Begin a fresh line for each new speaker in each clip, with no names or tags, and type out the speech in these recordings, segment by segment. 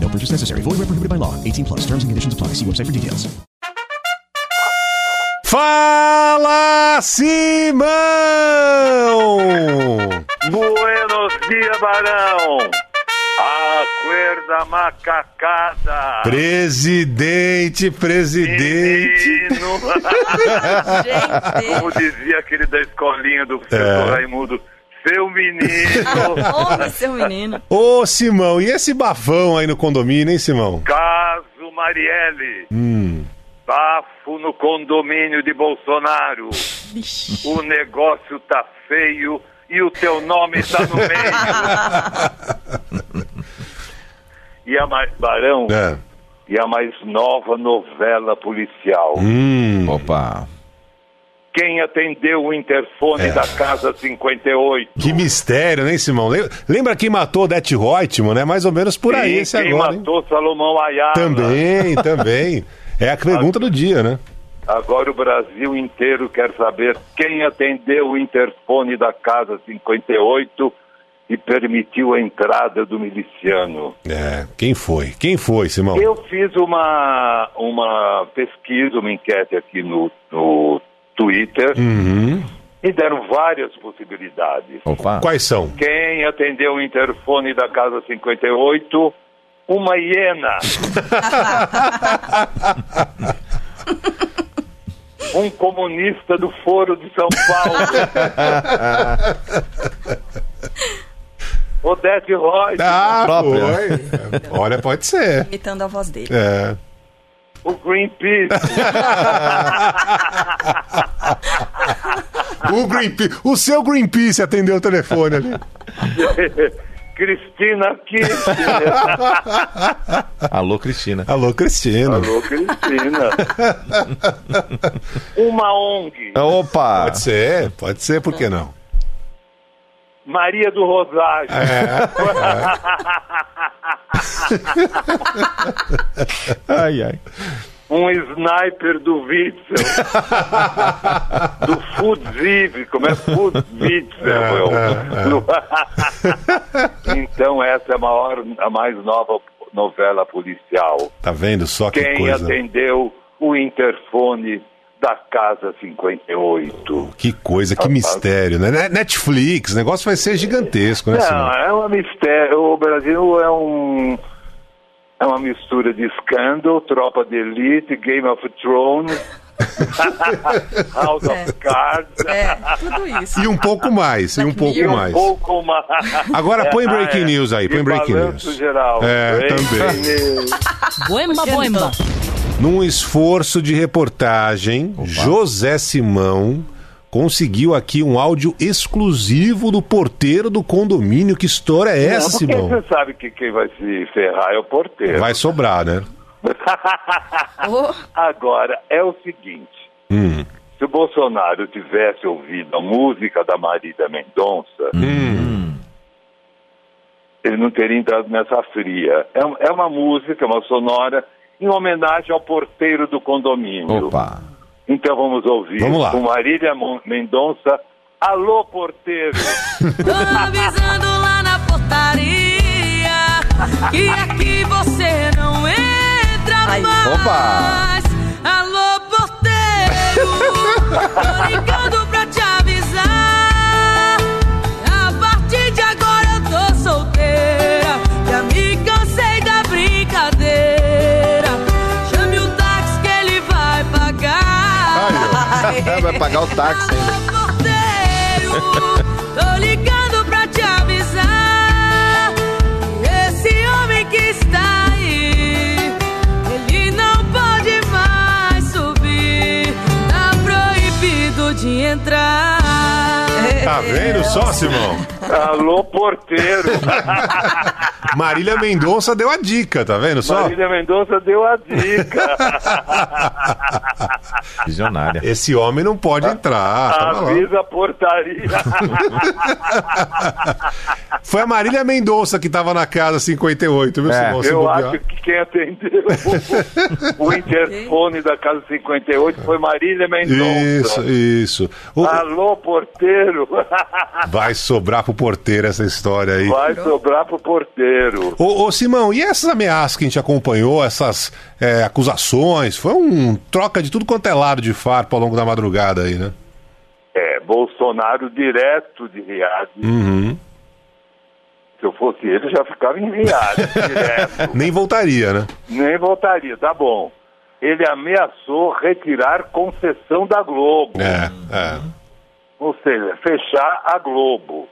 No purchase necessary. Void where prohibited by law. 18 plus. Terms and conditions apply. See website for details.
Fala, Simão!
Buenos dias, Barão! Acuerda macacada!
Presidente, presidente.
Menino. Como dizia aquele da escolinha do
É.
professor Raimundo, seu menino!
Ô, seu menino.
Ô, Simão, e esse bafão aí no condomínio, hein, Simão? Hum,
Caso Marielle! Bafo no condomínio de Bolsonaro! O negócio tá feio e o teu nome tá no meio! e a mais, Barão?
É.
e a mais nova novela policial.
Hum.
Opa.
Quem atendeu o interfone
É.
da Casa 58?
Que mistério, hein, Simão? Le- Lembra quem matou o Det Reutemann, né? Mais ou menos por aí
E
esse
quem
agora, hein?
matou Salomão Ayala?
Também, também. É a pergunta do dia, né?
Agora o Brasil inteiro quer saber quem atendeu o interfone da Casa 58 e permitiu a entrada do miliciano.
É, quem foi? Quem foi, Simão?
Eu fiz uma, uma pesquisa, uma enquete aqui no, no Twitter
Uhum.
e deram várias possibilidades.
Opa.
Quais são?
Quem atendeu o interfone da Casa 58? Uma hiena. um comunista do Foro de São Paulo. Odete Roy,
Ah,
própria.
foi. Olha, pode ser.
Imitando a voz dele.
É.
o Greenpeace.
O Greenpeace, o seu Greenpeace atendeu o telefone ali.
Cristina Kirchner.
Alô, Cristina.
Alô, Cristina.
Alô, Cristina. Uma ONG.
Opa.
Pode ser, pode ser, por que não?
Maria do Rosário.
Ai, ai.
um sniper do Witzel. do Fudziv, como é Fud Witzel.
É,
meu. então essa é a, maior, a mais nova novela policial.
Tá vendo só que
Quem
coisa?
atendeu o interfone da Casa 58?
Que
Ah,
coisa,
tá.
que mistério, né? Ne- Netflix, o negócio vai ser gigantesco, né,
Não,
Simão?
é um mistério. O Brasil é um... É uma mistura de escândalo, tropa de elite, Game of Thrones, House of Cards,
É, tudo isso.
E um pouco mais, e um pouco
E um
mais.
pouco mais.
Agora põe
É,
breaking
é.
news aí,
E
põe breaking
balanço
news.
geral.
É,
Breaking
também.
news.
Boemba, boemba.
Num esforço de reportagem, José Simão conseguiu aqui um áudio exclusivo do porteiro do condomínio. Que história é essa,
Não, porque
Simão?
você sabe que quem vai se ferrar é o porteiro.
Vai sobrar, né?
Oh,
Agora, é o seguinte.
Hum.
Se o Bolsonaro tivesse ouvido a música da Marília Mendonça,
Hum.
ele não teria entrado nessa fria. É, um- é uma música, uma sonora, em homenagem ao porteiro do condomínio.
Opa.
Então vamos ouvir
Vamos lá.
com Marília Mon- Mendonça. Alô, porteiro!
avisando lá na portaria que aqui você não entra mais.
Opa.
Alô, porteiro, tô ligando pra te avisar. A partir de agora eu tô solteira, já me cansei da brincadeira. Chame o táxi que ele vai pagar.
Aí, ó. Vai pagar o táxi ainda.
Porteiro, tô ligando pra te avisar. Esse homem que está aí, ele não pode mais subir. Tá proibido de entrar.
Tá vendo só, Simão?
Alô, porteiro!
Marília Mendonça deu a dica, tá vendo só?
Marília Mendonça deu a dica.
Visionária.
Esse homem não
Ah,
pode entrar. tá tava lá.
Avisa a portaria.
Foi a Marília Mendonça que tava na casa 58, viu,
É.
Simão? Se
Eu
bobear.
acho que quem atendeu o- o, interfone da Casa 58 foi Marília
Isso,
Mendonça. Ah,
isso. O-
Alô, porteiro!
Vai sobrar pro porteiro essa história aí.
Vai sobrar pro porteiro.
Ô, ô, Simão, e essas ameaças que a gente acompanhou, essas é, acusações? Foi um troca de tudo quanto é lado de farpa ao longo da madrugada aí, né?
É, Bolsonaro direto de Riad.
Uhum.
Se eu fosse ele, já ficava em Riad, direto.
Nem voltaria, né?
Nem voltaria, tá bom. Ele ameaçou retirar concessão da Globo.
É, é.
Ou seja, fechar a Globo.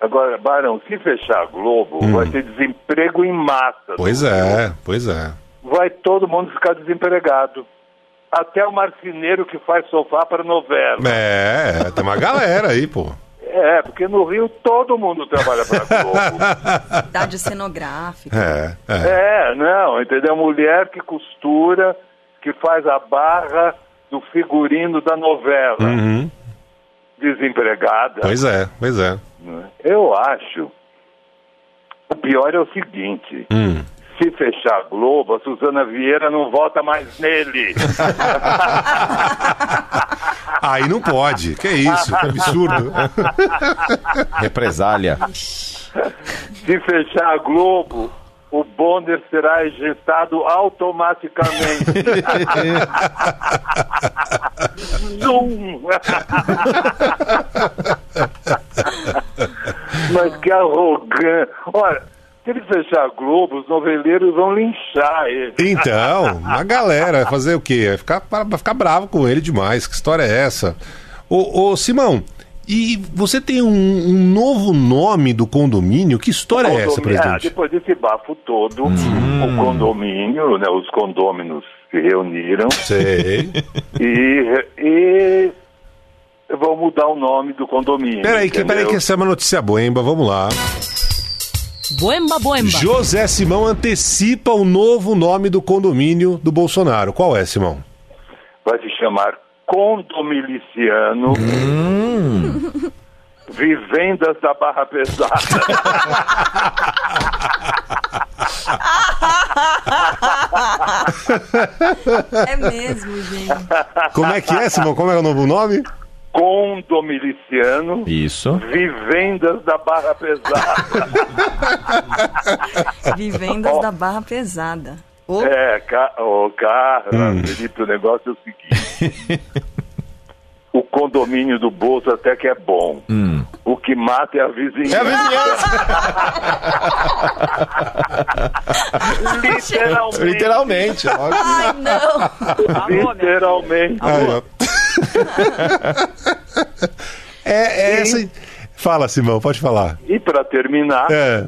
Agora, Barão, se fechar a Globo, vai ter desemprego em massa.
Hum. Pois é, pois é.
Vai todo mundo ficar desempregado. Até o marceneiro que faz sofá para novela.
É, tem uma galera aí, pô.
É, porque no Rio todo mundo trabalha para a Globo.
Cidade cenográfica.
É, é.
é, não, entendeu? Mulher que costura, que faz a barra do figurino da novela.
Uhum.
Desempregada.
Pois é, pois é.
Eu acho. O pior é o seguinte.
Hum.
Se fechar a Globo, a Suzana Vieira não vota mais nele.
Aí não pode. Que isso? Que absurdo.
Represália.
Se fechar a Globo, o Bonder será ejetado automaticamente. Zum! Mas que arrogante. Olha, se ele fechar a Globo, os noveleiros vão linchar ele.
Então, a galera vai fazer o quê? Vai ficar, vai ficar bravo com ele demais. Que história é essa? Ô, ô Simão, e você tem um, um novo nome do condomínio? Que história é essa,
Condomínio- Ah,
presidente? Hum.
depois desse bafo todo, o condomínio, né, os condôminos se reuniram
Sei.
e, e vão mudar o nome do condomínio.
Peraí, que, peraí,
entendeu?
que essa é uma notícia boemba. Vamos lá.
Buemba, buemba.
José Simão antecipa o novo nome do condomínio do Bolsonaro. Qual é, Simão?
Vai se chamar Condomiliciano
Hum.
Vivendas da Barra Pesada.
É mesmo, gente.
Como é que é, Simão? Como é o novo nome?
Condomiliciano
Isso.
Vivendas da Barra Pesada.
Vivendas da Barra Pesada. Ô, Hum.
É, ca... ô, Carla, Felipe, o negócio é o seguinte. o condomínio do bolso até que é bom. O que mata é a vizinhança. Literalmente.
Literalmente. óbvio.
Ai, não.
Literalmente.
Aí, ó. é, é essa. Fala, Simão, pode falar.
E para terminar,
É.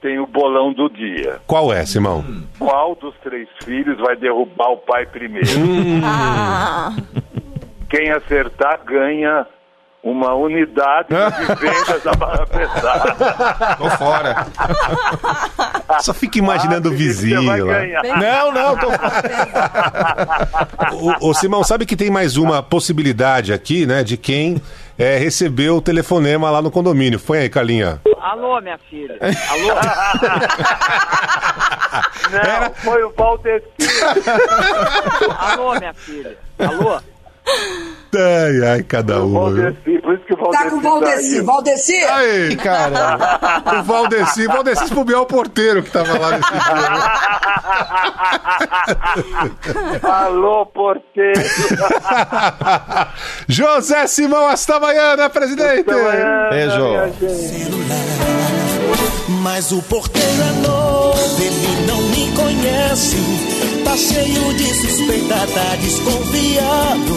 tem o bolão do dia.
Qual é, Simão?
Qual dos três filhos vai derrubar o pai primeiro?
Hum.
Ah. Quem acertar ganha uma unidade de vendas da barra pesada.
Tô fora.
Só fica imaginando o vizinho
Ah, Você vai
lá.
ganhar.
Não, não, tô fora.
Ô, ô, Simão, sabe que tem mais uma possibilidade aqui, né? De quem é, recebeu o telefonema lá no condomínio. Foi aí, Carlinha.
Alô, minha filha. Alô? Não, foi o Valdeci. Alô, minha filha. Alô?
Ai, ai, cada um. viu?
Tá com o Valdeci. Valdeci?
Aí, cara. O Valdeci, Valdeci bobear o porteiro que tava lá nesse dia.
Alô, porteiro.
José Simão hasta amanhã, né, presidente?
Beijo.
Mas o porteiro é novo, ele não me conhece. Tá cheio de suspeita, tá desconfiado.